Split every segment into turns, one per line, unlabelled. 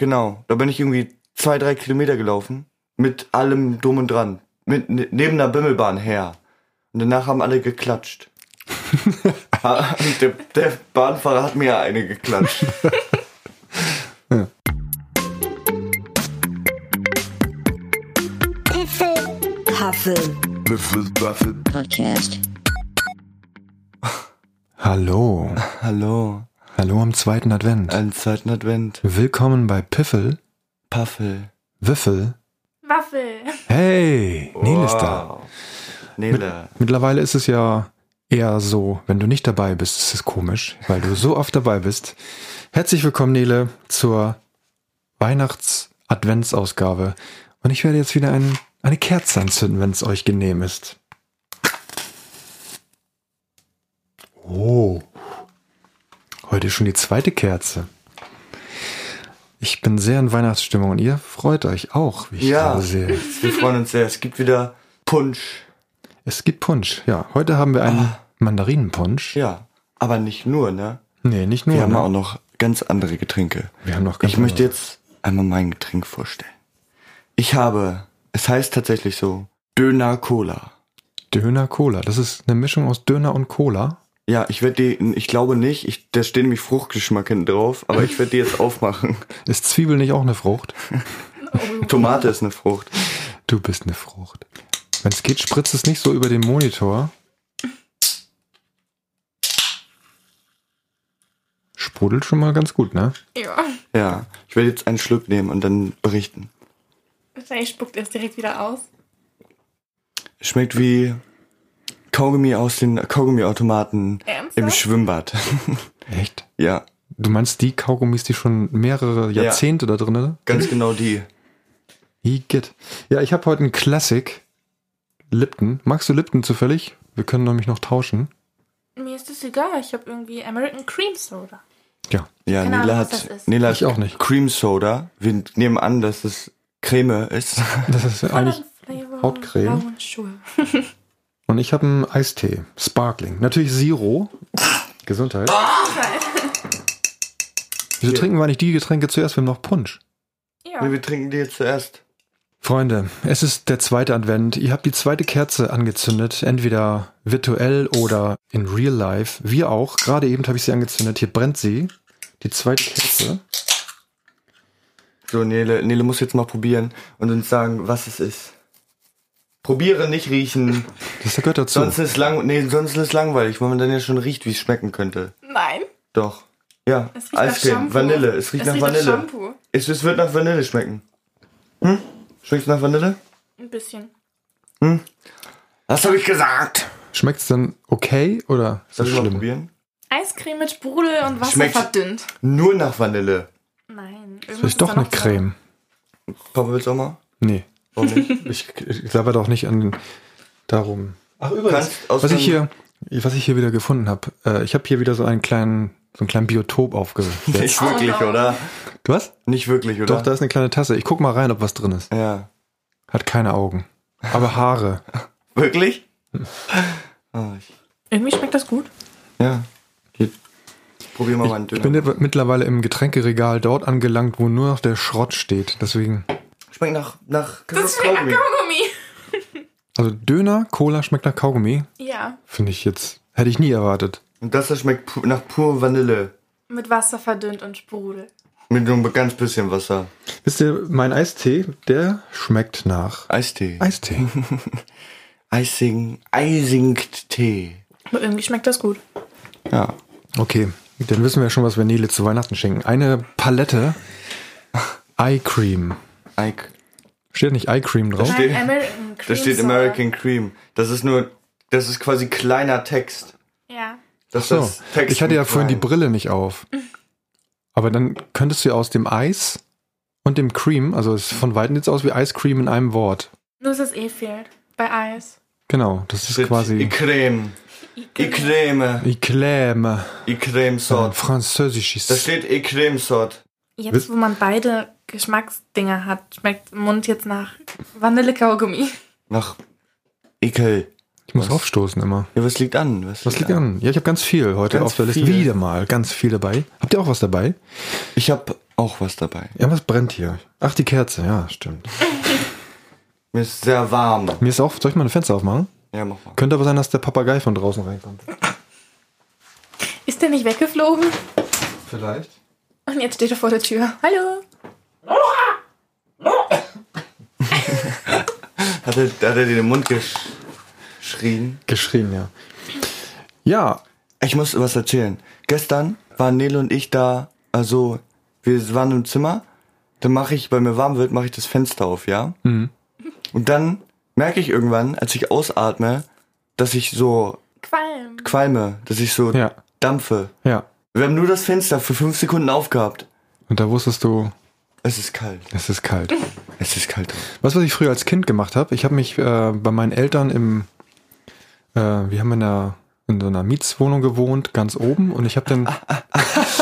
Genau. Da bin ich irgendwie zwei, drei Kilometer gelaufen. Mit allem drum und dran. Mit, ne- neben einer Bimmelbahn her. Und danach haben alle geklatscht. Ha, der, der Bahnfahrer hat mir eine geklatscht.
Huffel Podcast.
Hallo.
Hallo,
Hallo am zweiten Advent.
einen zweiten Advent.
Willkommen bei Piffel,
Puffel.
Wiffel.
Waffel.
Hey, Neil ist da.
Wow. Nele.
Mittlerweile ist es ja eher so, wenn du nicht dabei bist, ist es komisch, weil du so oft dabei bist. Herzlich willkommen, Nele, zur Weihnachts-Adventsausgabe. Und ich werde jetzt wieder ein, eine Kerze anzünden, wenn es euch genehm ist. Oh. Heute schon die zweite Kerze. Ich bin sehr in Weihnachtsstimmung und ihr freut euch auch, wie ich
Ja,
gerade sehe.
wir freuen uns sehr. Es gibt wieder Punsch.
Es gibt Punsch, ja. Heute haben wir einen Mandarinenpunsch.
Ja, aber nicht nur, ne?
Nee, nicht nur.
Wir haben
ne?
auch noch ganz andere Getränke.
Wir haben noch ganz
Ich
Genau.
möchte
andere.
jetzt einmal mein Getränk vorstellen. Ich habe, es heißt tatsächlich so, Döner Cola.
Döner Cola. Das ist eine Mischung aus Döner und Cola.
Ja, ich werde die, ich glaube nicht, ich, da steht nämlich Fruchtgeschmack hinten drauf, aber ich werde die jetzt aufmachen.
Ist Zwiebel nicht auch eine Frucht?
Tomate ist eine Frucht.
Du bist eine Frucht. Wenn es geht, spritzt es nicht so über den Monitor. Sprudelt schon mal ganz gut, ne?
Ja.
Ja, ich werde jetzt einen Schluck nehmen und dann berichten.
Wahrscheinlich spuckt er es direkt wieder aus.
Schmeckt wie Kaugummi aus den Kaugummiautomaten im
Ernsthaft?
Schwimmbad.
Echt?
ja,
Du meinst die Kaugummis, die schon mehrere
Ja.
Jahrzehnte da drin
ganz genau die.
Igitt. Ja, ich habe heute einen Classic. Lipton. Magst du Lipton zufällig? Wir können nämlich noch tauschen.
Mir ist das egal. Ich habe irgendwie American Cream Soda.
Ja.
Ja, Nela
Keine Ahnung, Genau, was
hat,
das ist.
Nela hat
Ich auch nicht.
Cream Soda. Wir nehmen an, dass es Creme ist.
Das ist eigentlich.
Flavor,
Hautcreme.
blauen Schuhe.
Und ich habe einen Eistee. Sparkling. Natürlich Zero. Gesundheit. Wieso trinken wir nicht die Getränke zuerst? Wir haben noch Punsch.
Ja.
Nee, wir trinken die jetzt zuerst.
Freunde, es ist der zweite Advent. Ihr habt die zweite Kerze angezündet, entweder virtuell oder in real life. Wir auch. Gerade eben habe ich sie angezündet. Hier brennt sie. Die zweite Kerze.
So, Nele, Nele muss jetzt mal probieren und uns sagen, was es ist. Probieren, nicht riechen.
Das gehört dazu.
Sonst ist lang, nee, sonst ist es langweilig, weil man dann ja schon riecht, wie es schmecken könnte.
Nein.
Doch. Ja,
Es riecht nach
Eiscreme,
Shampoo.
Vanille. Es riecht nach Vanille.
Shampoo.
es, es wird nach Vanille schmecken. Hm? Schmeckt nach Vanille?
Ein bisschen.
Das habe ich gesagt.
Schmeckt es dann okay oder ist
Soll
das
ich mal
schlimm?
probieren?
Eiscreme mit Sprudel und Wasser
Schmeckt-
verdünnt.
Nur nach Vanille.
Nein.
Das ist doch eine Creme.
Papa willst du auch mal?
Nee.
Warum nicht?
Ich, ich labber doch nicht an darum. Ach, übrigens.
Kannst aus
Was ich,
dem-
hier, was ich hier wieder gefunden habe, äh, ich habe hier wieder so einen kleinen, so einen kleinen Biotop aufgesetzt.
Nicht wirklich,
Oh no.
oder?
was?
Nicht wirklich, oder?
Doch, da ist eine kleine Tasse. Ich guck mal rein, ob was drin ist.
Ja.
Hat keine Augen. Aber Haare.
Wirklich?
Hm.
Ah, ich,
Irgendwie schmeckt das gut.
ja. Geht. Probier mal meinen
Ich bin
Döner.
ja mittlerweile im Getränkeregal dort angelangt, wo nur noch der Schrott steht. Deswegen.
Schmeckt nach, nach
Das schmeckt nach Kaugummi.
Also Döner, Cola schmeckt nach Kaugummi.
Ja. Mit
Finde ich jetzt. Hätte ich nie erwartet.
Und das da schmeckt pu nach pur Vanille.
Wasser verdünnt und Sprudel.
Mit nur ein ganz bisschen Wasser.
Wisst ihr, mein Eistee, der schmeckt nach
Eistee.
Eistee.
Eisigen, eisigen Tee.
Aber irgendwie schmeckt das gut.
Ja.
Okay, dann wissen wir schon, was wir Nele zu Weihnachten schenken. Eine Palette Eye Cream.
Eik.
Steht nicht Eye Cream drauf?
steht-
Nein, American Cream
Da steht
Soda.
American Cream. Das ist nur, das ist quasi kleiner Text.
Ja.
Das
So,
ist Text
ich hatte ja
mit
vorhin die
klein.
Brille nicht auf. Aber dann könntest du ja aus dem Eis und dem Cream, also es von Weitem jetzt aus wie Ice Cream in einem Wort.
Nur ist das E fehlt. Bei Eis.
Genau, das ist
Steht I
quasi
E creme. I creme.
I clame,
I creme
ein
sort. Da
äh, französisches.
steht I creme sort.
Jetzt, wo man beide Geschmacksdinger hat, schmeckt Mund jetzt nach Vanillekaugummi.
Nach Ekel.
Ich muss
Was?
aufstoßen immer.
Ja, was liegt an?
Was liegt an? Ja, ich habe ganz viel heute
Ganz
auf der Liste.
viel.
Wieder mal ganz viel dabei. Habt ihr auch was dabei?
Ich habe auch was dabei.
Irgendwas brennt hier. Ach, die Kerze, ja, stimmt.
Mir ist sehr warm.
Mir ist auch, soll ich mal ein Fenster aufmachen?
Ja, mach mal.
Könnte aber sein, dass der Papagei von draußen reinkommt.
Ist der nicht weggeflogen?
Vielleicht.
Und jetzt steht er vor der Tür. Hallo.
Hat er, hat er dir den Mund gesch geschrien?
Geschrien, ja. Ja,
Ich muss was erzählen. Gestern waren Nele und ich da, also wir waren im Zimmer. Dann mache ich, weil mir warm wird, mache ich das Fenster auf, ja?
Mhm.
Und dann merke ich irgendwann, als ich ausatme, dass ich so
Qualm.
qualme, dass ich so
Ja.
dampfe.
ja.
Wir haben nur das Fenster für fünf Sekunden aufgehabt.
Und da wusstest du,
Es ist kalt.
es ist kalt.
Es ist kalt.
Was, was ich früher als Kind gemacht habe, ich habe mich äh, bei meinen Eltern im, äh, wir haben in, einer, in so einer Mietswohnung gewohnt, ganz oben, und ich habe dann,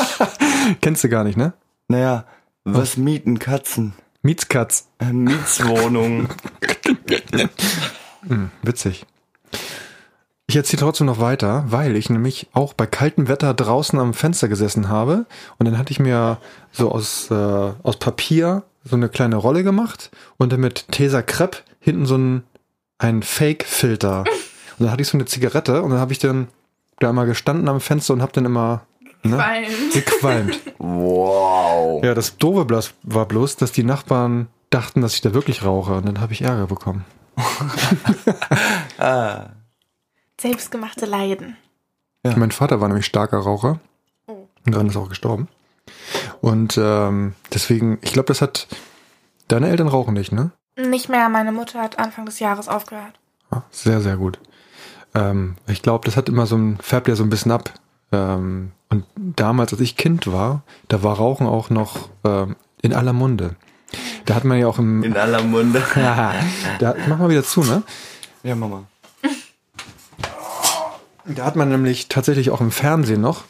kennst du gar nicht, ne?
Naja, was
Hm.
mieten Katzen?
Mietskatz,
Äh, Mietswohnung.
witzig. Ich erzähle trotzdem noch weiter, weil ich nämlich auch bei kaltem Wetter draußen am Fenster gesessen habe und dann hatte ich mir so aus, äh, aus Papier so eine kleine Rolle gemacht und dann mit Tesa Crepe hinten so ein, ein Fake-Filter. Und dann hatte ich so eine Zigarette und dann habe ich dann da immer gestanden am Fenster und habe dann immer ne,
Qualm.
gequalmt.
wow.
ja, das doofe Blass war bloß, dass die Nachbarn dachten, dass ich da wirklich rauche und dann habe ich Ärger bekommen.
Ah.
Selbstgemachte Leiden.
Mein Vater war nämlich starker Raucher. Und daran ist er auch gestorben. Und ähm, deswegen, ich glaube, das hat. Deine Eltern rauchen nicht, ne?
Nicht mehr. Meine Mutter hat Anfang des Jahres aufgehört.
Ja, sehr, sehr gut. Ähm, ich glaube, das hat immer so ein, färbt ja so ein bisschen ab. Ähm, und damals, als ich Kind war, da war Rauchen auch noch ähm, in aller Munde. Da hat man ja auch im.
In aller Munde.
da, mach mal wieder zu, ne?
Ja, Mama.
Da hat man nämlich tatsächlich auch im Fernsehen noch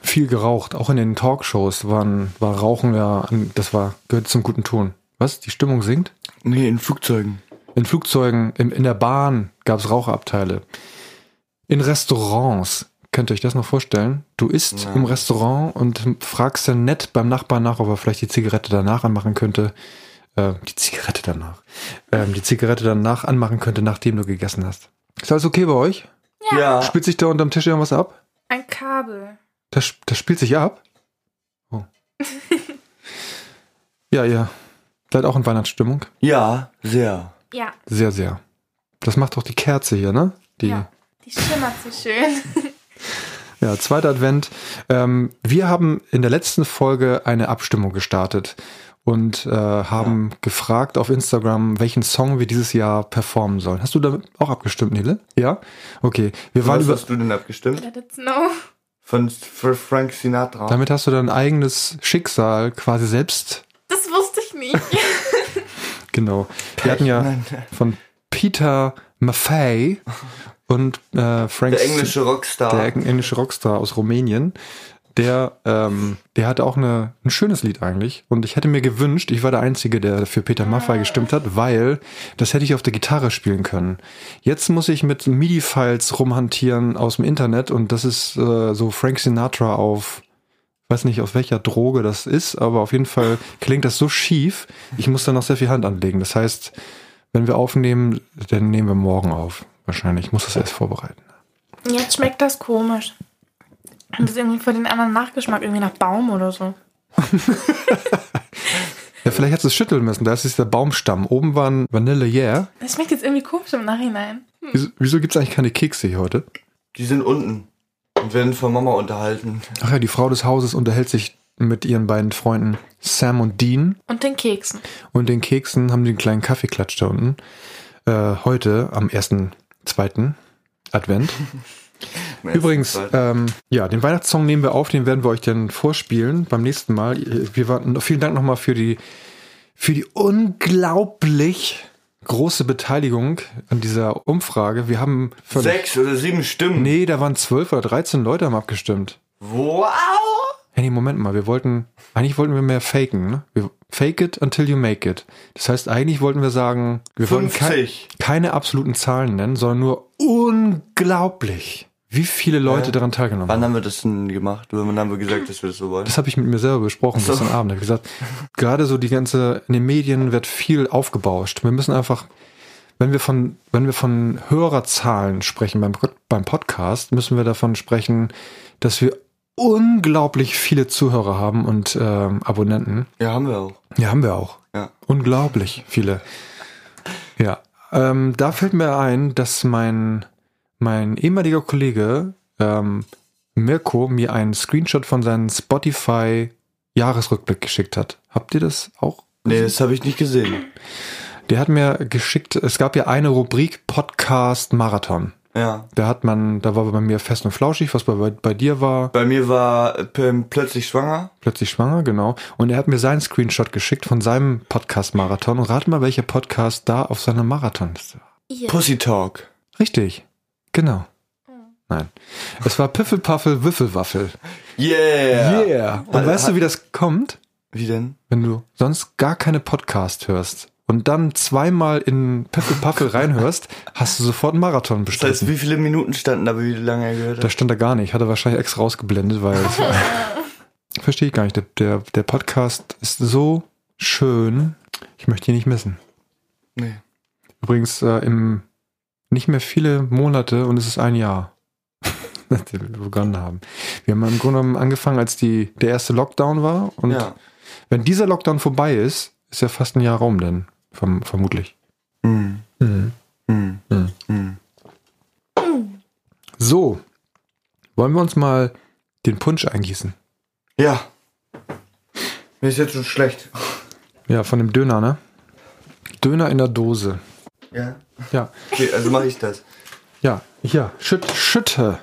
viel geraucht. Auch in den Talkshows waren, war Rauchen ja, an- das war, gehört zum guten Ton. Was? Die Stimmung sinkt?
Nee, in Flugzeugen.
In Flugzeugen, in, in der Bahn gab es Raucherabteile. In Restaurants. Könnt ihr euch das noch vorstellen? Du isst im Restaurant und fragst dann nett beim Nachbarn nach, ob er vielleicht die Zigarette danach anmachen könnte. Äh, die Zigarette danach. Ähm, die Zigarette danach anmachen könnte, nachdem du gegessen hast. Ist alles okay bei euch?
Ja.
Spielt sich da unterm Tisch irgendwas ab?
Ein Kabel.
Das, das spielt sich ab. Oh. ja, ja. Seid auch in Weihnachtsstimmung.
Ja, sehr.
Ja.
Sehr, sehr. Das macht doch die Kerze hier, ne? Die,
Ja.
ja.
Die schimmert so schön.
zweiter Advent. Ähm, wir haben in der letzten Folge eine Abstimmung gestartet und äh, haben gefragt auf Instagram, welchen Song wir dieses Jahr performen sollen. Hast du da auch abgestimmt, Nele? Ja? Okay. Wir waren
Was
über,
hast du denn abgestimmt?
Let it snow.
Von für Frank Sinatra.
damit hast du dein eigenes Schicksal quasi selbst
Das wusste ich nicht.
Genau. Wir hatten ja
Nein.
von Peter Maffei und äh, Frank
der englische Rockstar.
der englische Rockstar aus Rumänien. Der, ähm, der hatte auch eine, ein schönes Lied eigentlich. Und ich hätte mir gewünscht, ich war der Einzige, der für Peter Maffei gestimmt hat, weil das hätte ich auf der Gitarre spielen können. Jetzt muss ich mit MIDI-Files rumhantieren aus dem Internet und das ist äh, so Frank Sinatra auf weiß nicht, auf welcher Droge das ist, aber auf jeden Fall klingt das so schief. Ich muss da noch sehr viel Hand anlegen. Das heißt, wenn wir aufnehmen, dann nehmen wir morgen auf. Wahrscheinlich. Ich muss das erst vorbereiten.
Jetzt schmeckt das komisch. Und das ist irgendwie für den anderen Nachgeschmack, irgendwie nach Baum oder so.
Ja, vielleicht hättest du es schütteln müssen. Da ist jetzt der Baumstamm. Oben war ein Vanille Yeah.
Das schmeckt jetzt irgendwie komisch im Nachhinein.
Wieso, wieso gibt es eigentlich keine Kekse hier heute?
Die sind unten und werden von Mama unterhalten.
Ach ja, die Frau des Hauses unterhält sich mit ihren beiden Freunden Sam und Dean.
Und den Keksen.
Und den Keksen haben die einen kleinen Kaffeeklatsch da unten. Äh, heute am ersten, zweiten Advent. Übrigens,
Äh,
ähm, ja, den Weihnachtssong nehmen wir auf, den werden wir euch dann vorspielen beim nächsten Mal. Wir waren, vielen Dank nochmal für die, für die unglaublich große Beteiligung an dieser Umfrage. Wir haben von,
Sechs oder sieben Stimmen.
nee, da waren zwölf oder 13 Leute haben abgestimmt.
Wow!
Hey, nee, Moment mal, wir wollten, eigentlich wollten wir mehr faken, ne? Wir, fake it until you make it. Das heißt, eigentlich wollten wir sagen, wir wollten kei-
50.
keine absoluten Zahlen nennen, sondern nur unglaublich. wie viele Leute daran teilgenommen haben.
Wann haben wir das denn gemacht? Wann haben wir gesagt, dass wir das so wollen?
Das habe ich mit mir selber besprochen
Ach so.
gestern Abend. Ich habe gesagt, gerade so die ganze, in den Medien wird viel aufgebauscht. Wir müssen einfach, wenn wir von, wenn wir von Hörerzahlen sprechen beim, Pod- beim Podcast, müssen wir davon sprechen, dass wir unglaublich viele Zuhörer haben und ähm, Abonnenten.
Ja, haben wir auch.
Ja, haben wir auch.
Ja.
Unglaublich viele. Ja. Ähm, da fällt mir ein, dass mein, mein ehemaliger Kollege ähm, Mirko mir einen Screenshot von seinem Spotify-Jahresrückblick geschickt hat. Habt ihr das auch?
Nee, das habe ich nicht gesehen.
Der hat mir geschickt, es gab ja eine Rubrik Podcast Marathon.
Ja.
Da hat man, da war bei mir fest und flauschig, was bei, bei dir war,
Bei mir war äh, Pim plötzlich schwanger.
plötzlich schwanger, genau. Und er hat mir seinen Screenshot geschickt von seinem Podcast Marathon. Und rat mal, welcher Podcast da auf seiner Marathonliste war.
Pussy Talk.
Richtig. Genau. Nein. Es war Piffelpaffel Wiffelwaffel.
Yeah.
Und weißt du, wie das kommt?
Wie denn?
Wenn du sonst gar keine Podcast hörst und dann zweimal in Piffelpaffel reinhörst, hast du sofort einen Marathon
Das heißt,
bestritten.
wie viele Minuten standen da, wie lange er gehört
Das
hat?
stand da gar nicht. Hat er wahrscheinlich extra rausgeblendet, weil es verstehe ich gar nicht. Der, der, der Podcast ist so schön. Ich möchte ihn nicht missen.
Nee.
Übrigens äh, im nicht mehr viele Monate und es ist ein Jahr, nachdem wir begonnen haben. Wir haben im Grunde genommen angefangen, als die, der erste Lockdown war. Und
Ja.
wenn dieser Lockdown vorbei ist, ist ja fast ein Jahr Raum dann, verm vermutlich.
Mhm. Mhm. Mhm.
So, wollen wir uns mal den Punsch eingießen?
Ja. Mir ist jetzt schon schlecht.
Ja, von dem Döner, ne? Döner in der Dose.
Ja.
Ja,
Okay, also mache ich das.
ja, hier, schüt, schütte.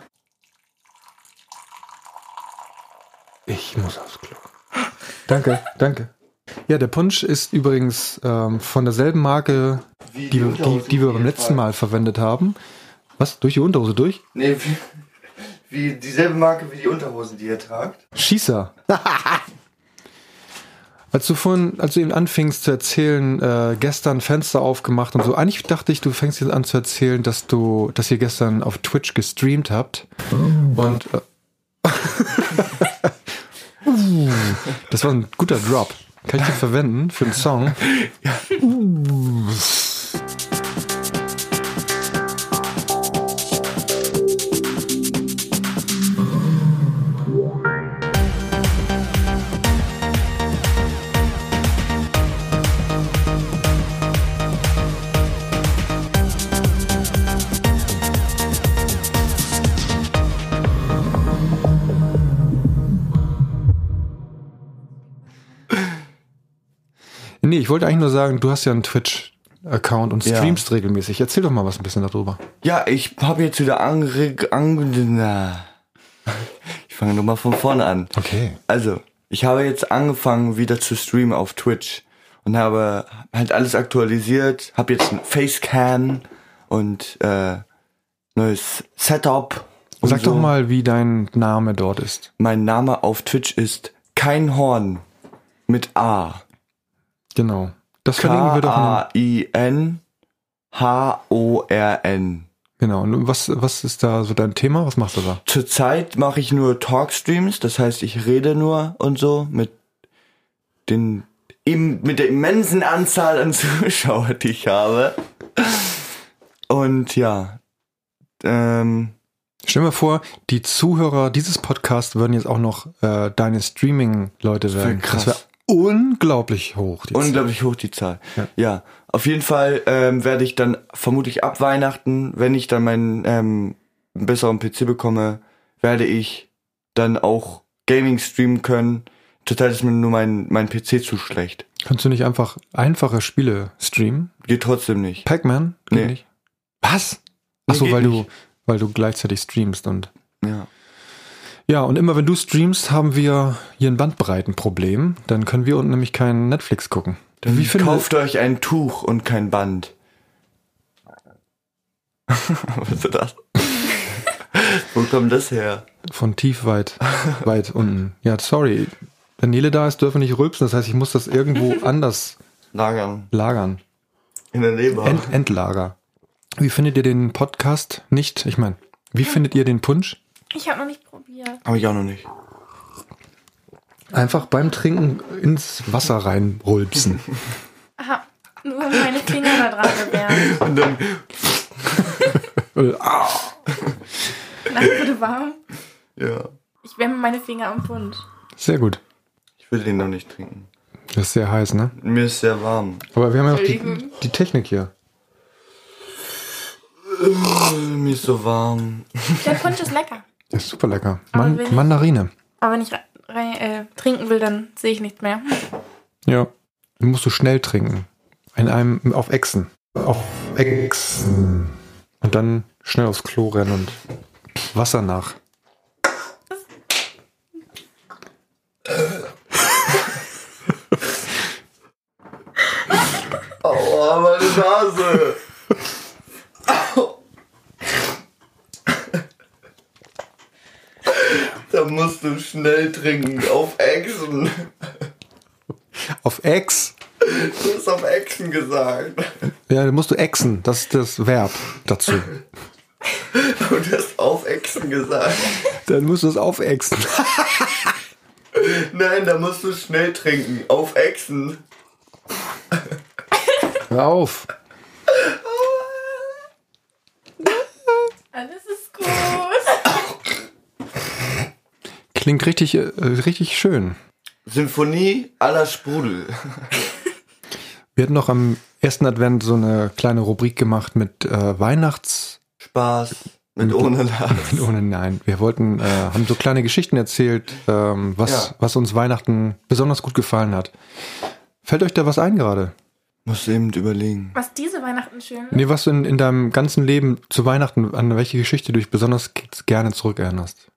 Ich muss aufs Klo. Danke, danke. Ja, der Punsch ist übrigens ähm, von derselben Marke,
Wie
die, die, die,
Unterhose
wir
auf
beim
jeden
letzten
Fall.
Mal verwendet haben. Was? Durch die Unterhose durch?
Nee, wie, wie dieselbe Marke wie die Unterhosen, die ihr tragt.
Schießer. Als du vorhin, als du eben anfingst zu erzählen, äh, gestern Fenster aufgemacht und so, eigentlich dachte ich, du fängst jetzt an zu erzählen, dass du, dass ihr gestern auf Twitch gestreamt habt.
Oh.
Und äh, Uh, das war ein guter Drop. Kann ich den verwenden für einen Song? Uh. Nee, ich wollte eigentlich nur sagen, du hast ja einen Twitch-Account und
Ja.
streamst regelmäßig. Erzähl doch mal was ein bisschen darüber.
Ja, ich habe jetzt wieder angereg... An, na. Ich fange nochmal von vorne an.
Okay.
Also, ich habe jetzt angefangen wieder zu streamen auf Twitch und habe halt alles aktualisiert, habe jetzt ein Facecam und äh, neues Setup. Und
Sag doch mal, wie dein Name dort ist.
Mein Name auf Twitch ist kein Horn mit A.
Genau. Das verlinken wir doch.
ah.
in-
K-A-I-N-H-O-R-N.
Genau. Und was, was ist da so dein Thema? Was machst du da?
Zurzeit mache ich nur Talkstreams, das heißt, ich rede nur und so mit den im- mit der immensen Anzahl an Zuschauern, die ich habe. Und ja, ähm,
Stell mir vor, die Zuhörer dieses Podcasts würden jetzt auch noch äh, deine Streaming-Leute
wär
werden.
krass.
Das wäre unglaublich hoch. die Zahl.
unglaublich hoch die Zahl.
Ja.
Ja, auf jeden Fall ähm, werde ich dann vermutlich ab Weihnachten, wenn ich dann meinen ähm, besseren PC bekomme, werde ich dann auch Gaming streamen können. Zurzeit ist mir nur mein, mein PC zu schlecht.
Kannst du nicht einfach einfache Spiele streamen?
Geht trotzdem nicht.
Pac-Man? Geht
Nee.
nicht. Was? Ach so,
Nee, geht
weil du,
nicht.
weil du gleichzeitig streamst und.
Ja.
Ja, und immer wenn du streamst, haben wir hier ein Bandbreitenproblem. Dann können wir unten nämlich kein Netflix gucken. Wie finde-
Kauft euch ein Tuch und kein Band. Was ist das? Wo kommt das her?
Von tief weit, weit unten. Ja, sorry. Wenn Nele da ist, dürfen wir nicht rülpsen. Das heißt, ich muss das irgendwo anders
Lagern.
lagern.
In der Leber.
End, Endlager. Wie findet ihr den Podcast? Nicht, ich meine, Wie findet ihr den Punsch?
Ich habe noch nicht probiert.
Habe ich auch noch nicht.
Einfach beim Trinken ins Wasser reinrülpsen.
Aha, nur wenn meine Finger da dran wären.
Und dann,
Äh, ah.
Nein, bitte warm.
ja.
Ich wärme meine Finger am Pfund.
Sehr gut.
Ich will den noch nicht trinken.
Das ist sehr heiß, ne?
Mir ist sehr warm.
Aber wir haben ja noch die,
Entschuldigung.
die Technik hier.
Oh, Mir ist so warm.
Der Punsch ist lecker.
Das ist super lecker.
Aber
Man
wenn ich-
Mandarine.
Aber wenn ich re- rein, äh, trinken will, dann sehe ich nichts mehr.
Ja. Den musst du schnell trinken. In einem, auf Echsen. Auf Echsen. Und dann schnell aufs Klo rennen und Wasser nach.
Aua, meine Nase. Au. Da musst du schnell trinken. Auf Action.
Auf Ex?
Du hast auf Action gesagt.
Ja, dann musst du Echsen. Das ist das Verb dazu.
Du hast auf Action gesagt.
Dann musst du es auf Echsen.
Nein, da musst du schnell trinken. Auf Action.
Hör auf.
Alles ist gut.
Klingt richtig, äh, richtig schön.
Symphonie aller Sprudel.
Wir hatten noch am ersten Advent so eine kleine Rubrik gemacht mit äh, Weihnachts...
Spaß mit ohne Lars.
Ohne nein. Wir wollten, äh, haben so kleine Geschichten erzählt, ähm, was,
Ja.
was uns Weihnachten besonders gut gefallen hat. Fällt euch da was ein gerade?
Muss eben überlegen.
Was diese Weihnachten schön ist.
Nee, was du in, in deinem ganzen Leben zu Weihnachten, an welche Geschichte du dich besonders g- gerne zurückerinnerst?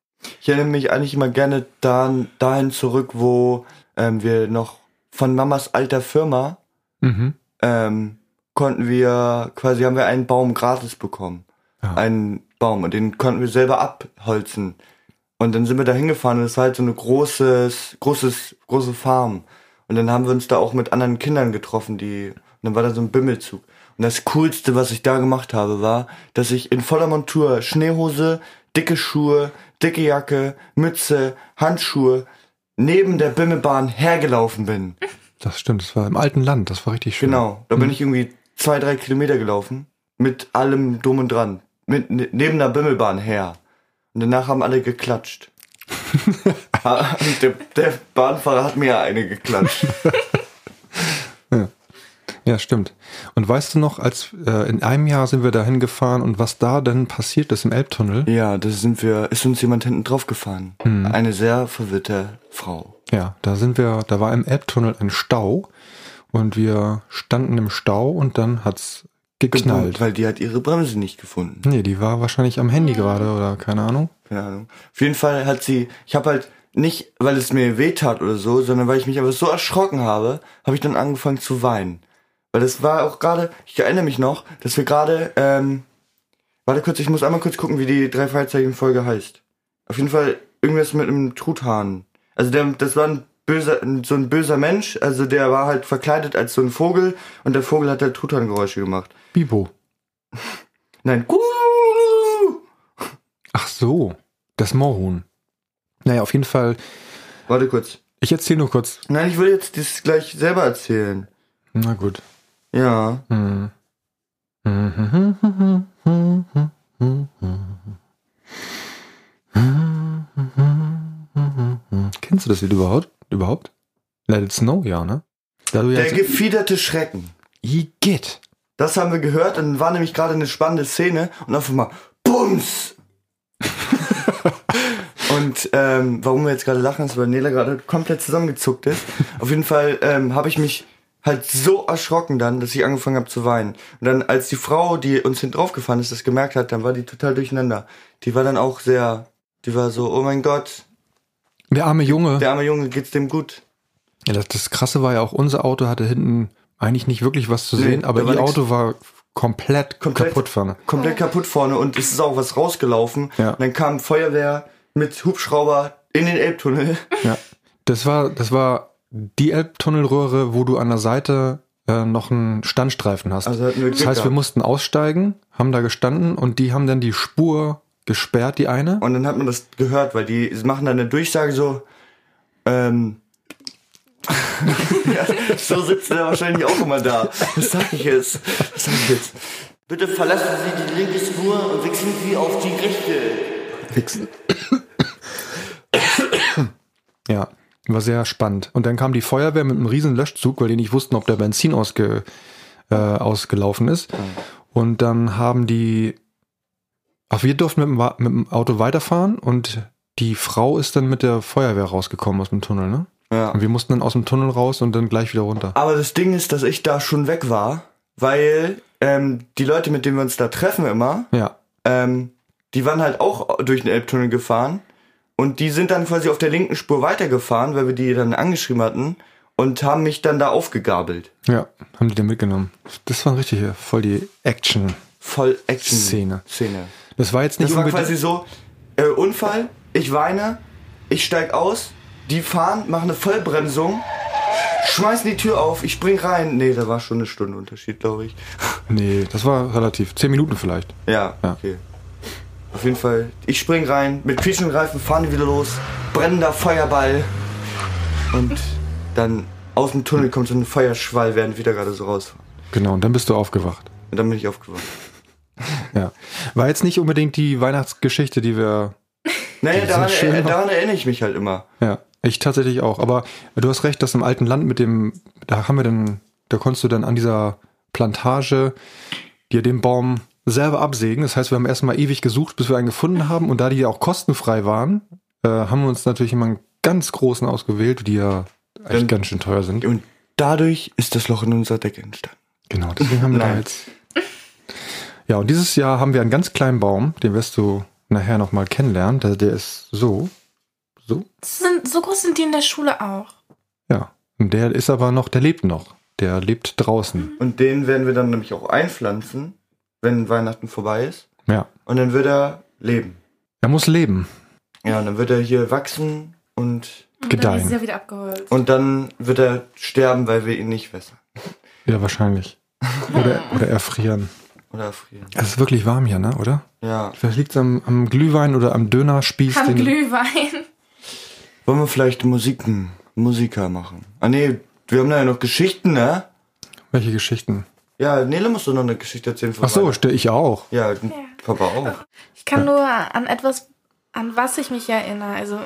Ich erinnere mich eigentlich immer gerne dahin, dahin zurück, wo ähm, wir noch von Mamas alter Firma
Mhm.
ähm, konnten wir quasi haben wir einen Baum gratis bekommen.
Ja.
Einen Baum und den konnten wir selber abholzen. Und dann sind wir da hingefahren und es war halt so eine großes, großes, große Farm. Und dann haben wir uns da auch mit anderen Kindern getroffen, die, und dann war da so ein Bimmelzug. Und das Coolste, was ich da gemacht habe, war, dass ich in voller Montur Schneehose, dicke Schuhe, dicke Jacke, Mütze, Handschuhe neben der Bimmelbahn hergelaufen bin.
Das stimmt, das war im alten Land, das war richtig schön.
Genau, da bin ich irgendwie zwei, drei Kilometer gelaufen. Mit allem drum und dran. Mit, ne- neben der Bimmelbahn her. Und danach haben alle geklatscht. Ha, und der, der Bahnfahrer hat mir eine geklatscht.
Ja, stimmt. Und weißt du noch, als äh, in einem Jahr sind wir dahin gefahren und was da dann passiert ist im Elbtunnel?
Ja, da sind wir, ist uns jemand hinten drauf gefahren. Eine sehr verwirrte Frau.
Ja, da sind wir, da war im Elbtunnel ein Stau und wir standen im Stau und dann hat's geknallt.
Weil die hat ihre Bremse nicht gefunden.
Nee, die war wahrscheinlich am Handy gerade oder keine Ahnung.
Keine Ahnung. Auf jeden Fall hat sie, ich habe halt nicht, weil es mir weh tat oder so, sondern weil ich mich einfach so erschrocken habe, habe ich dann angefangen zu weinen. Weil das war auch gerade, ich erinnere mich noch, dass wir gerade, ähm, warte kurz, ich muss einmal kurz gucken, wie die drei Fragezeichen Folge heißt. Auf jeden Fall irgendwas mit einem Truthahn. Also der, das war ein böser, ein- so ein böser Mensch, also der war halt verkleidet als so ein Vogel und der Vogel hat halt Truthahngeräusche gemacht.
Bibo.
Nein,
Ach so, das Moorhuhn. Naja, auf jeden Fall,
warte kurz.
ich erzähle nur kurz.
Nein, ich will jetzt das gleich selber erzählen.
Na gut.
Ja.
Hm. Kennst du das Lied überhaupt? Überhaupt? Let it snow, ja, ne? Da du
Der
ja
gefiederte Schrecken.
Igitt.
Das haben wir gehört und war nämlich gerade eine spannende Szene und einfach mal Bums! und ähm, warum wir jetzt gerade lachen, ist, weil Nela gerade komplett zusammengezuckt ist. Auf jeden Fall ähm, habe ich mich halt so erschrocken dann, dass ich angefangen habe zu weinen. Und dann, als die Frau, die uns hinten draufgefahren ist, das gemerkt hat, dann war die total durcheinander. Die war dann auch sehr, die war so, oh mein Gott,
Der arme Junge.
der arme Junge, geht's dem gut?
Ja, das, das Krasse war ja auch, unser Auto hatte hinten eigentlich nicht wirklich was zu sehen,
Nee,
aber
da war
ihr
nix.
Auto war komplett,
Komplett.
kaputt vorne.
komplett kaputt vorne und es ist auch was rausgelaufen.
Ja.
Und dann kam Feuerwehr mit Hubschrauber in den Elbtunnel.
Ja. Das war, das war die Elbtunnelröhre, wo du an der Seite äh, noch einen Standstreifen hast.
Also hatten wir Glück
das heißt, wir
gehabt.
mussten aussteigen, haben da gestanden und die haben dann die Spur gesperrt, die eine.
Und dann hat man das gehört, weil die machen dann eine Durchsage so, ähm, ja, so sitzt er wahrscheinlich auch immer da. Was sag ich jetzt? Was sag ich jetzt? Bitte verlassen Sie die linke Spur und wechseln Sie auf die rechte.
Wichsen. ja, war sehr spannend. Und dann kam die Feuerwehr mit einem riesen Löschzug, weil die nicht wussten, ob der Benzin ausge, äh, ausgelaufen ist. Und dann haben die, ach, wir durften mit dem, Wa- mit dem Auto weiterfahren und die Frau ist dann mit der Feuerwehr rausgekommen aus dem Tunnel, ne?
Ja.
Und wir mussten dann aus dem Tunnel raus und dann gleich wieder runter.
Aber das Ding ist, dass ich da schon weg war, weil ähm, die Leute, mit denen wir uns da treffen immer,
Ja,
ähm, die waren halt auch durch den Elbtunnel gefahren und die sind dann quasi auf der linken Spur weitergefahren, weil wir die dann angeschrieben hatten und haben mich dann da aufgegabelt.
ja, haben die dann mitgenommen. Das war richtig hier, voll die Action.
Voll Action.
Szene.
Szene.
Das war jetzt nicht
Das war
unbedingt-
quasi so, äh, Unfall, ich weine, ich steig aus, die fahren, machen eine Vollbremsung, schmeißen die Tür auf, ich spring rein. Nee, da war schon eine Stunde Unterschied, glaube ich.
Nee, das war relativ. Zehn Minuten vielleicht.
Ja,
Ja.
okay. Auf jeden Fall, ich spring rein, mit quietschenden Reifen fahren die wieder los, brennender Feuerball. Und dann aus dem Tunnel kommt so ein Feuerschwall, während wir da gerade so rausfahren.
Genau, und dann bist du aufgewacht.
Und dann bin ich aufgewacht.
Ja. War jetzt nicht unbedingt die Weihnachtsgeschichte, die wir.
Naja,
Das ist
daran,
schön.
er, daran erinnere ich mich halt immer.
Ja, ich tatsächlich auch. Aber du hast recht, dass im alten Land mit dem, da haben wir dann, da konntest du dann an dieser Plantage dir den Baum selber absägen. Das heißt, wir haben erstmal ewig gesucht, bis wir einen gefunden haben. Und da die auch kostenfrei waren, äh, haben wir uns natürlich immer einen ganz großen ausgewählt, die ja echt
Dann-
ganz schön teuer sind.
Und dadurch ist das Loch in unserer Decke entstanden.
Genau, deswegen haben wir da
Nein.
jetzt. Ja, und dieses Jahr haben wir einen ganz kleinen Baum, den wirst du nachher nochmal kennenlernen. Der, der ist so. So?
Sind, so groß sind die in der Schule auch.
Ja. Und der ist aber noch, der lebt noch. Der lebt draußen.
Und den werden wir dann nämlich auch einpflanzen, wenn Weihnachten vorbei ist.
Ja.
Und dann wird er leben.
Er muss leben.
Ja, und dann wird er hier wachsen und,
Und
Gedeihen.
Dann ist sie ja wieder abgeholt.
und dann wird er sterben, weil wir ihn nicht wässern.
Ja, wahrscheinlich. Oder, oder erfrieren.
Oder frieren.
Es ist wirklich warm hier, ne? Oder?
Ja.
Vielleicht liegt es am, am Glühwein oder am Dönerspieß.
Am
den-
Glühwein.
Wollen wir vielleicht Musiken, Musiker machen? Ah nee, wir haben da ja noch Geschichten, ne?
Welche Geschichten?
Ja, Nele muss doch noch eine Geschichte erzählen. von
Ach so,
Weihnachten.
ste- ich auch.
Ja, Papa auch.
Ich kann nur an etwas, an was ich mich erinnere. Also,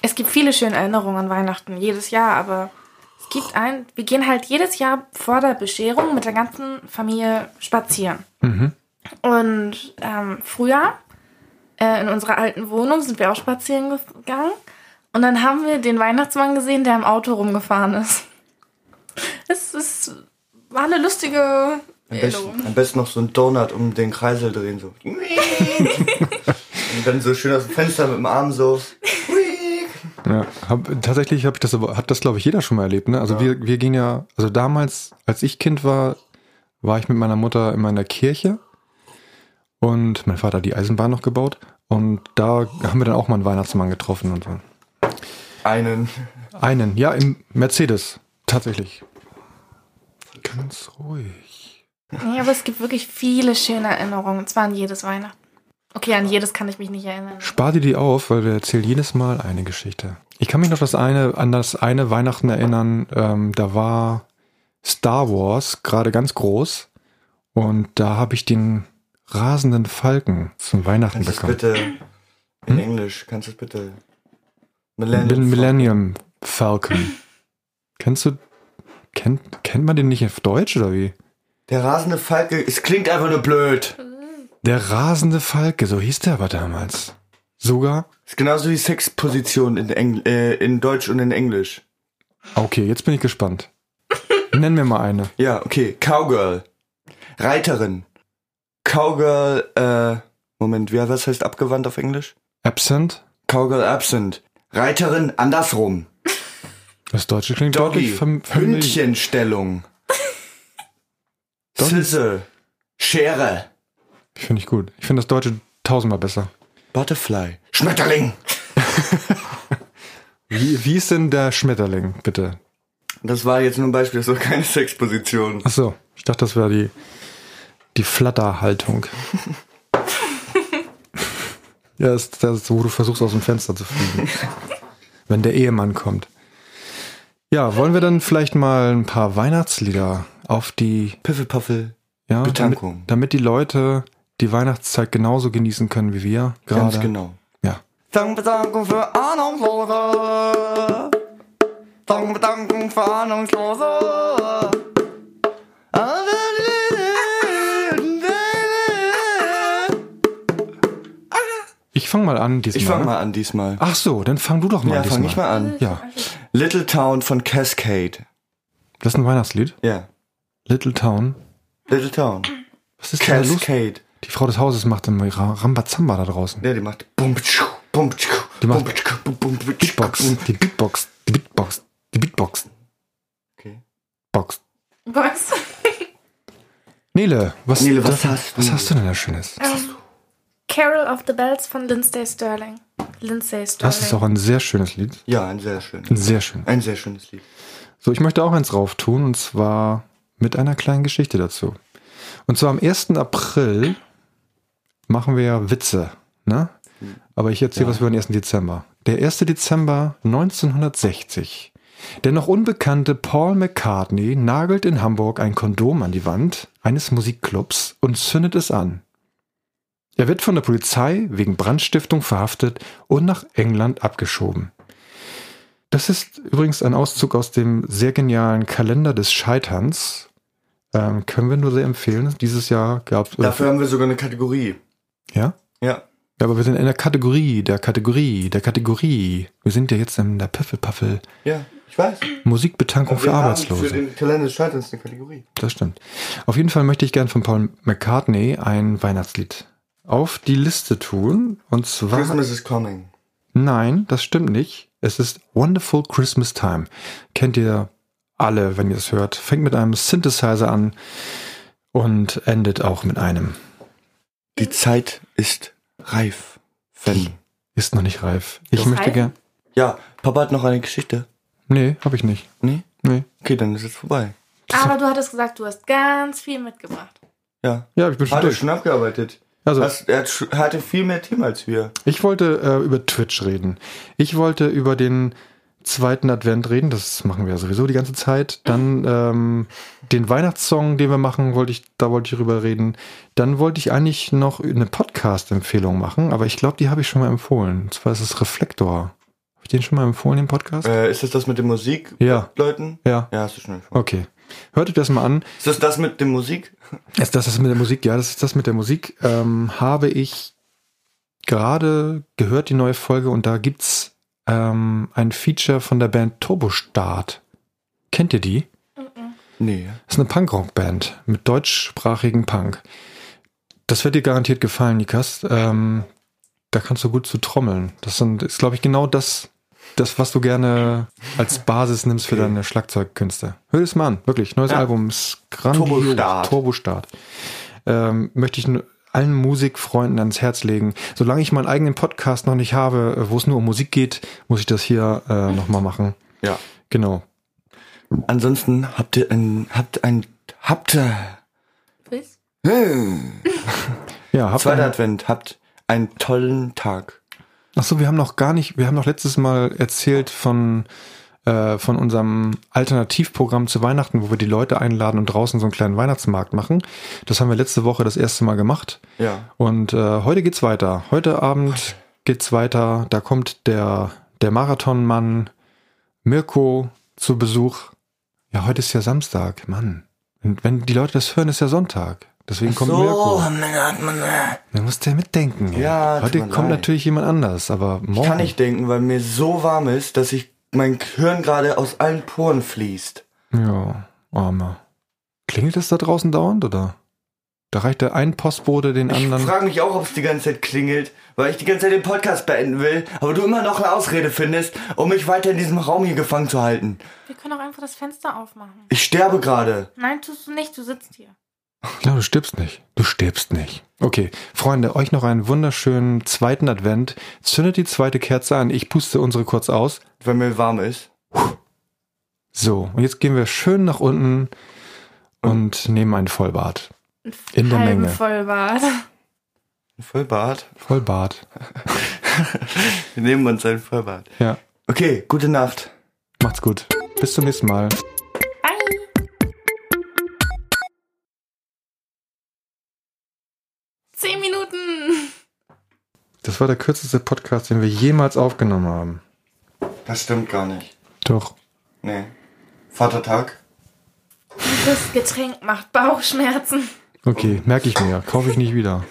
es gibt viele schöne Erinnerungen an Weihnachten, jedes Jahr, aber es gibt ein, wir gehen halt jedes Jahr vor der Bescherung mit der ganzen Familie spazieren. Und ähm, früher, äh, in unserer alten Wohnung, sind wir auch spazieren ge- gegangen. Und dann haben wir den Weihnachtsmann gesehen, der im Auto rumgefahren ist. Es, es war eine lustige
Am
Erinnerung.
besten, am besten noch so einen Donut um den Kreisel drehen, so. Und dann so schön aus dem Fenster mit dem Arm so.
Ja, hab, tatsächlich habe ich das aber, hat das glaube ich jeder schon mal erlebt, ne? Also wir, wir gehen ja, also damals, als ich Kind war, war ich mit meiner Mutter immer in der Kirche und mein Vater hat die Eisenbahn noch gebaut und da haben wir dann auch mal einen Weihnachtsmann getroffen und so.
Einen.
Einen, ja, im Mercedes, tatsächlich. Ganz ruhig.
Nee, aber es gibt wirklich viele schöne Erinnerungen. Und zwar an jedes Weihnachten. Okay, an jedes kann ich mich nicht erinnern.
Spar dir die auf, weil wir erzählen jedes Mal eine Geschichte. Ich kann mich noch das eine, an das eine Weihnachten erinnern. Ähm, da war Star Wars gerade ganz groß und da habe ich den rasenden Falken zum Weihnachten
Kannst du es
bekommen.
bitte in
Hm?
Englisch, kannst du es bitte.
Den
Millennium.
Millennium Falcon. Kennst du, kennt, kennt man den nicht auf Deutsch oder wie?
Der rasende Falke, es klingt einfach nur blöd.
Der rasende Falke, so hieß der aber damals. Sogar,
Ist genauso wie Sexposition in, Engl äh, in Deutsch und in Englisch.
Ah, okay, jetzt bin ich gespannt. Nenn mir mal eine.
Ja, okay. Cowgirl. Reiterin. Cowgirl, äh, Moment, wie, was heißt abgewandt auf Englisch?
Absent?
Cowgirl absent. Reiterin andersrum.
Das Deutsche klingt
Doggy.
deutlich fam- familiär.
Hündchenstellung.
Doggy.
Sizzle. Schere.
Ich finde ich gut. Ich finde das Deutsche tausendmal besser.
Butterfly. Schmetterling.
Wie, wie ist denn der Schmetterling, bitte?
Das war jetzt nur ein Beispiel, das war keine Sexposition.
Ach so, ich dachte, das wäre die, die Flatterhaltung. Ja, das ist das, wo du versuchst, aus dem Fenster zu fliegen. Wenn der Ehemann kommt. Ja, wollen wir dann vielleicht mal ein paar Weihnachtslieder auf die,
Piffelpaffel.
ja, damit,
Betankung.
damit die Leute die Weihnachtszeit genauso genießen können wie wir gerade.
Ganz genau.
Ja.
Dank Betankung für Ahnungslose. Dank Betankung für Ahnungslose.
Ich fang mal an diesmal.
Ich fang mal an diesmal.
Ach so, dann fang du doch mal
Ja,
an diesmal.
fang ich mal an.
Ja,
Little Town von Cascade.
das ist ein Weihnachtslied.
Ja.
Little Town.
Little Town.
Was ist denn da los?
Cascade.
Die Frau des Hauses macht immer ihre Rambazamba da draußen.
Ja, die macht bum tschuk, bum tschuk,
Die macht
bum tschuk, bum, bum tschuk,
Beatbox,
bum.
die Beatbox, die Beatbox, die Beatbox,
Okay.
Box.
Was?
Nele, was,
Nele, was hast du?
was hast du denn da Schönes?
Carol of the Bells von Lindsay Sterling. Lindsay Sterling.
Das ist auch ein sehr schönes Lied.
Ja, ein sehr schönes.
Ein sehr schön.
Ein sehr schönes Lied.
So, ich möchte auch eins drauf tun und zwar mit einer kleinen Geschichte dazu. Und zwar am 1. April machen wir ja Witze, ne? Aber ich erzähle was über den 1. Dezember. Der 1. Dezember 1960. Der noch unbekannte Paul McCartney nagelt in Hamburg ein Kondom an die Wand eines Musikclubs und zündet es an. Er wird von der Polizei wegen Brandstiftung verhaftet und nach England abgeschoben. Das ist übrigens ein Auszug aus dem sehr genialen Kalender des Scheiterns. Ähm, können wir nur sehr empfehlen. Dieses Jahr gab es.
Dafür haben wir sogar eine Kategorie.
Ja?
Ja.
Ja, aber wir sind in der Kategorie, der Kategorie, der Kategorie. Wir sind ja jetzt in der Piffelpaffel.
Ja, ich weiß.
Musikbetankung für
Wir haben
Arbeitslose.
Für den Kalender des Scheiterns eine Kategorie.
das stimmt. Auf jeden Fall möchte ich gern von Paul McCartney ein Weihnachtslied auf die Liste tun. Und zwar.
Christmas is coming.
Nein, das stimmt nicht. Es ist Wonderful Christmas Time. Kennt ihr alle, wenn ihr es hört. Fängt mit einem Synthesizer an und endet auch mit einem.
Die Zeit ist reif. Wenn.
Ist noch nicht reif. Ich
Doch.
möchte
Reif?
gern.
Ja, Papa hat noch eine Geschichte.
Nee, hab ich nicht.
Nee?
Nee.
Okay, dann ist es vorbei.
Aber du hattest gesagt, du hast ganz viel mitgebracht.
Ja.
Ja, ich bin schon
Hat er
durch.
schon abgearbeitet.
Also,
Hast- er hat sch- hatte viel mehr Themen als wir.
Ich wollte äh, über Twitch reden. Ich wollte über den zweiten Advent reden. Das machen wir ja sowieso die ganze Zeit. Dann ähm, den Weihnachtssong, den wir machen, wollte ich, da wollte ich drüber reden. Dann wollte ich eigentlich noch eine Podcast-Empfehlung machen, aber ich glaube, die habe ich schon mal empfohlen. Und zwar ist es Reflektor. Habe ich den schon mal empfohlen, den Podcast?
Äh, ist das das mit den Musikleuten?
Ja, ja.
Ja, hast du schon empfohlen.
Okay. Hört euch das mal an.
Ist das das mit dem Musik?
Ist das das mit der Musik? Ja, das ist das mit der Musik. Ähm, habe ich gerade gehört, die neue Folge, und da gibt's ähm, ein Feature von der Band Turbostart. Kennt ihr die?
Nee.
Das ist eine Punkrock-Band mit deutschsprachigen Punk. Das wird dir garantiert gefallen, Nikas. Ähm, da kannst du gut zu trommeln. Das sind, ist, glaube ich, genau das, das, was du gerne als Basis nimmst für deine Schlagzeugkünste. Hör es mal an, wirklich. Neues
Ja.
Album ist grandios.
Turbostart.
Turbostart. Ähm, möchte ich nur allen Musikfreunden ans Herz legen. Solange ich meinen eigenen Podcast noch nicht habe, äh, wo es nur um Musik geht, muss ich das hier äh, nochmal machen.
Ja.
Genau.
Ansonsten habt ihr ein, habt ein, habt, äh,
Willst?
Ja, habt
zweiter
einen-
Advent, habt einen tollen Tag.
Ach so, wir haben noch gar nicht, wir haben noch letztes Mal erzählt von, äh, von unserem Alternativprogramm zu Weihnachten, wo wir die Leute einladen und draußen so einen kleinen Weihnachtsmarkt machen. Das haben wir letzte Woche das erste Mal gemacht.
Ja.
Und äh, heute geht's weiter. Heute Abend geht's weiter. Da kommt der, der Marathonmann Mirko zu Besuch. Ja, heute ist ja Samstag, Mann. Und wenn die Leute das hören, ist ja Sonntag. Deswegen kommt Mirko. Dann muss der mitdenken. ey.
Ja, tut
heute
mir
kommt
leid.
natürlich jemand anders, aber morgen.
Kann ich denken, weil mir so warm ist, dass ich mein Hirn gerade aus allen Poren fließt.
Ja, armer. Klingelt das da draußen dauernd, oder? Da reicht der ein Postbote den
Ich
anderen.
frage mich auch, ob es die ganze Zeit klingelt, weil ich die ganze Zeit den Podcast beenden will, aber du immer noch eine Ausrede findest, um mich weiter in diesem Raum hier gefangen zu halten.
Wir können auch einfach das Fenster aufmachen.
Ich sterbe gerade.
Nein, tust du nicht, du sitzt hier.
Ja, du stirbst nicht. Du stirbst nicht. Okay, Freunde, euch noch einen wunderschönen zweiten Advent. Zündet die zweite Kerze an. Ich puste unsere kurz aus.
Wenn mir warm ist.
So, und jetzt gehen wir schön nach unten und nehmen einen Vollbart.
Ein
In der
halben
Menge.
Vollbart.
Vollbart.
Vollbart.
Wir nehmen uns ein Vollbart.
Ja.
Okay, gute Nacht.
Macht's gut. Bis zum nächsten Mal.
Bye. Zehn Minuten.
Das war der kürzeste Podcast, den wir jemals aufgenommen haben.
Das stimmt gar nicht.
Doch.
Nee. Vatertag?
Dieses Getränk macht Bauchschmerzen.
Okay, merke ich mir. Kaufe ich nicht wieder.